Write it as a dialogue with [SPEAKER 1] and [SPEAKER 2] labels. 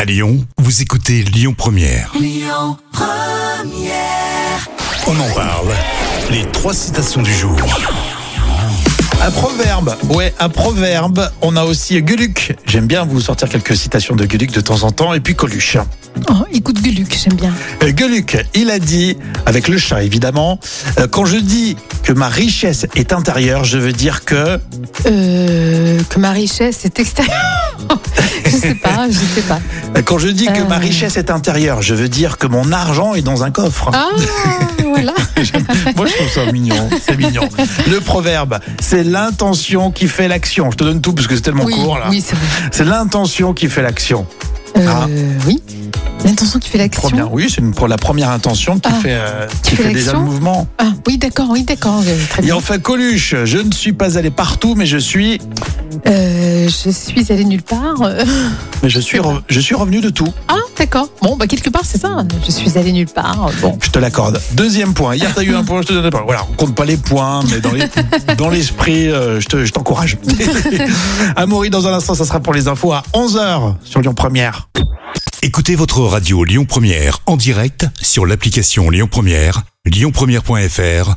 [SPEAKER 1] À Lyon, vous écoutez Lyon Première. On en parle. Les trois citations du jour.
[SPEAKER 2] Un proverbe, ouais, un proverbe. On a aussi Guluc. J'aime bien vous sortir quelques citations de Guluc de temps en temps. Et puis Coluche.
[SPEAKER 3] Oh, écoute Guluc, j'aime bien.
[SPEAKER 2] Euh, Guluc, il a dit, avec le chat évidemment, euh, quand je dis que ma richesse est intérieure, je veux dire que...
[SPEAKER 3] Euh, que ma richesse est extérieure. je sais pas, je sais pas.
[SPEAKER 2] euh, Quand je dis que ma
[SPEAKER 3] Euh.
[SPEAKER 2] richesse est intérieure, je veux dire que mon argent est dans un coffre.
[SPEAKER 3] Ah, voilà.
[SPEAKER 2] Moi, je trouve ça mignon. C'est mignon. Le proverbe, c'est l'intention qui fait l'action. Je te donne tout parce que c'est tellement
[SPEAKER 3] oui,
[SPEAKER 2] court là.
[SPEAKER 3] oui, c'est vrai.
[SPEAKER 2] C'est l'intention qui fait l'action.
[SPEAKER 3] Euh,
[SPEAKER 2] Ah.
[SPEAKER 3] Oui. L'intention qui fait l'action.
[SPEAKER 2] Première, oui, c'est une- pour la première intention qui
[SPEAKER 3] Ah,
[SPEAKER 2] fait, euh,
[SPEAKER 3] qui
[SPEAKER 2] qui
[SPEAKER 3] fait
[SPEAKER 2] fait déjà le
[SPEAKER 3] l'action.
[SPEAKER 2] mouvement.
[SPEAKER 3] Ah, oui, d'accord, oui, d'accord. euh, Très
[SPEAKER 2] Et
[SPEAKER 3] bien.
[SPEAKER 2] enfin, Coluche, je ne suis pas allé partout, mais je suis,
[SPEAKER 3] Euh, je suis allée nulle part. euh.
[SPEAKER 2] mais je suis, re- je suis revenu de tout.
[SPEAKER 3] Ah, d'accord. Bon, bah, quelque part, c'est ça. Je suis allée nulle part. Bon.
[SPEAKER 2] Je te l'accorde. Deuxième point. Hier, t'as eu un point, je te donne un point. Voilà, on compte pas les points, mais dans les- dans l'esprit, euh, je te- je t'encourage. Amaury, dans un instant, ça sera pour les infos à 11h sur Lyon Première.
[SPEAKER 1] Écoutez votre radio Lyon Première en direct sur l'application Lyon Première, lyonpremière.fr